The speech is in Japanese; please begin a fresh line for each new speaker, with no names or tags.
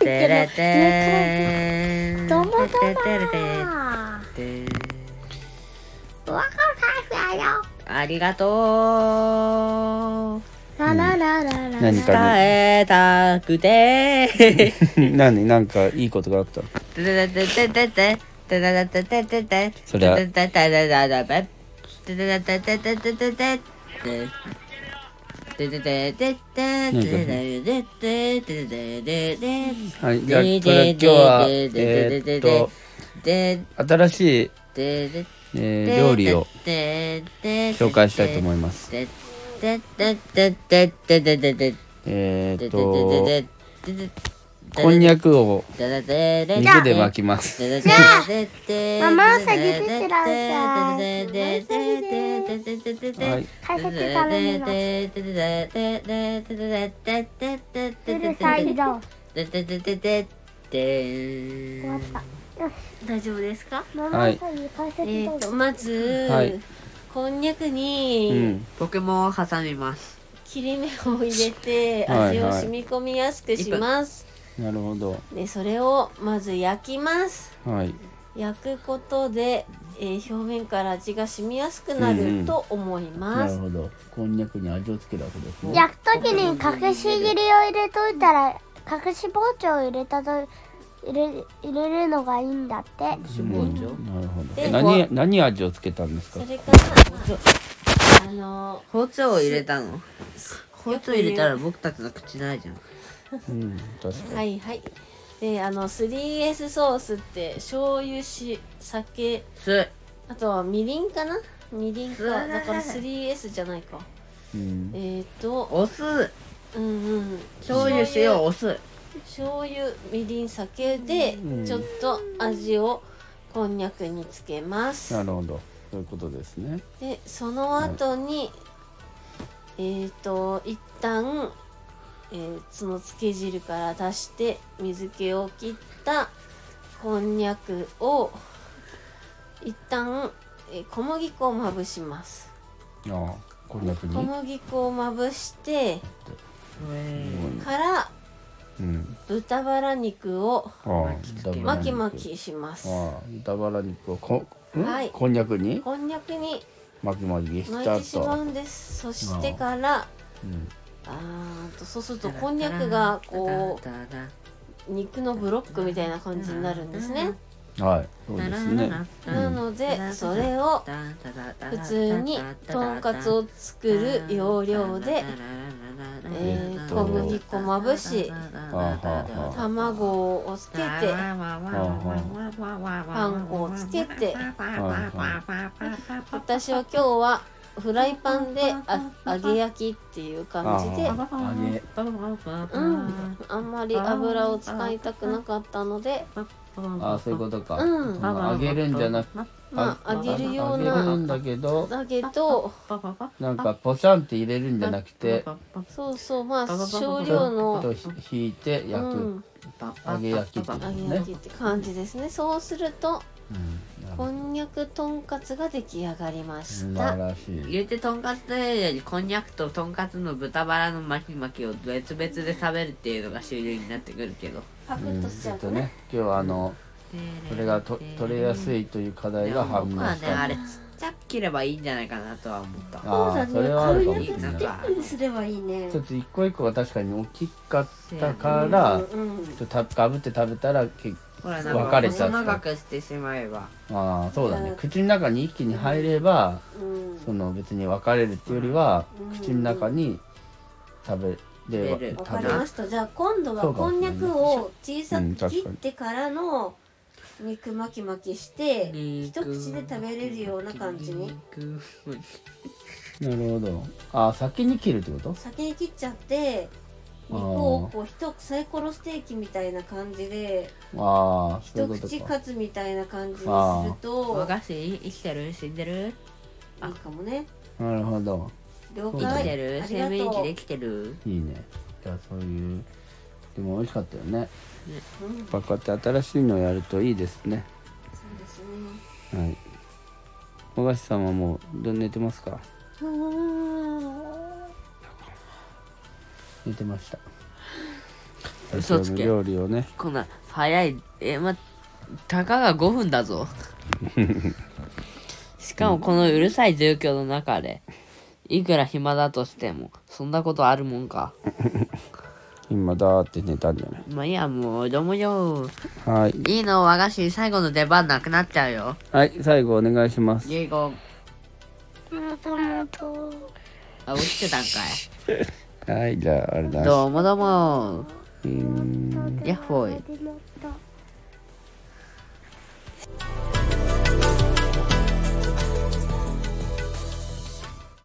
けどね
ね
どもどもわかるやよ
ありがとう
ラララララ
何か
伝えたくて
何なんかいいことがあったそりゃはいじゃあこれ今日はえーっと新しい、えー料理を紹介したいと思いますえーっとこんにゃくを肉で巻きます
ママウサギ出てらっしゃい
はい
解説食べますすぐ再動終わった
大丈夫ですか
ママウサギ解説
えー、
ど
と
うぞ
まず、
はい
こんにゃく
う
に
ん
僕も挟みます。
切り目を入れて
はい
味
は
を
い
染み込みやすくします、
なるほど
でそれをまず焼きます
はい
焼くことで、えー表面から味が染みやすくなると思い
な
ま
る
す、
ほどこんにゃくに味をつけるわけですね
焼くときに隠し切りを入れといたら隠し包丁を入れたと入れ入れるのがいいんだって
うんなるほど
で
何何味をつけたんですか
それからあの
包丁を入れたの。包丁入れたら
よく
僕たちの口ないじゃん。
うん確か
言うはいはいであの 3S ソースって醤油し酒
す、
あとはみりんかなみりんかだから 3S じゃないか
にうん
えっ、と
お酢、
うんうん
醤油、塩、お酢。
醤油みりん酒で
ん
ちょっと味をこんにゃくにつけます、
なるほどそういうことですね
でその後に、えっ、と一旦、えーその漬け汁から出して水気を切ったこんにゃくを一旦、えー小麦粉をまぶします
ああこんにゃくに
小麦粉をまぶしてから
うん
豚バラ肉を
ああ
巻き巻
き
きします
ああ豚バラ肉をこん
はい
こんにゃくに
こんにゃくに
巻き巻きし
巻い
た
てしまう
と
んですそしてから
うん
あーとそうするとこんにゃくがこう肉のブロックみたいな感じになるんですね
はいそうですね
なのでそれを普
普
通にとんかつを作る要領で、えー、小麦粉まぶし卵をつけてパン粉をつけて私は今日はフライパンであ揚げ焼きっていう感じで
ああ揚げ
うんあんまり油を使いたくなかったので
ああそういうことか
うん
その揚げるんじゃなく
まあ揚げるよう
揚げるん
な
だけど
だけど
なんかポシャンって入れるんじゃなくて
そうそうまあ少
ちょ
量
っと
の
引いて
う
焼く
ん
揚げ焼きってこと
揚げ
ね
焼きって感じですねそうすると
うんなるほ
こんにゃくとんかつが出来上がりま
ど
し
素
た
晴らしい
言うてとんかつというよりこんにゃくととんかつの豚バラの巻き巻きを別々で食べるっていうのが主流になってくるけど
パク
う
ッ
ん
としち
ちょ
ゃ
っ
うと
と
ね
ね今日はあのそれがと取れやすいという課題が判明
僕は
し
ね
た
あれちっちゃく切ればいいんじゃないかなとは思った
ああそれはあるかもしれ
な
なんい
か
にすればいいね
ちょっと一個一個が確かに大きかったからち
うん
ょっとたかぶって食べたらけ
ほらなん
分か
か
れちゃ
細
った
長くしてしまえば
ああそうだね口の中に一気に入れば
うん
その別に分かれるっていうよりは
うん
口の中に食べれば
出る
わ
食
か
べ
りました。じゃあ今度
そう
は
かも
こ
し
ん
れな
にゃ
い
くを小さ
うん
く
確
切
かに
ってからの肉巻き巻きして
肉
一口で食べれるような感じに
肉
なるほどああ先に切るってこと
先に切っちゃって
あー
肉をこう一サイコロステーキみたいな感じで
ああそういうこ
一
と
口
か
カツみたいな感じにすると
和菓子生きてる死んでる
いいかもね。
なるほど
了
そう
生
だ
き
解。
てる
あり
生
が
命息
とう
で。きてる
いいねじゃあそういうでも美味しかったよねやっ
うん、
ぱこうやって新しいのをやるといいですね
そうですね。
はい小菓子さんはもうど寝てますか
うーん
寝てました
嘘つけ
私の料理をね
こんな早いえまたかが5分だぞしかもこのうるさい状況の中でいくら暇だとしてもそんなことあるもんか
今だーって寝たんじゃない
まあいいやもうどうもよ
はい
いいの和菓子最後の出番なくなっちゃうよ
はい最後お願いします
ゆいこ
もともと。
あ起きてたんか
はいじゃああれだ
いどうもどうも
うーん
やっほい
もともと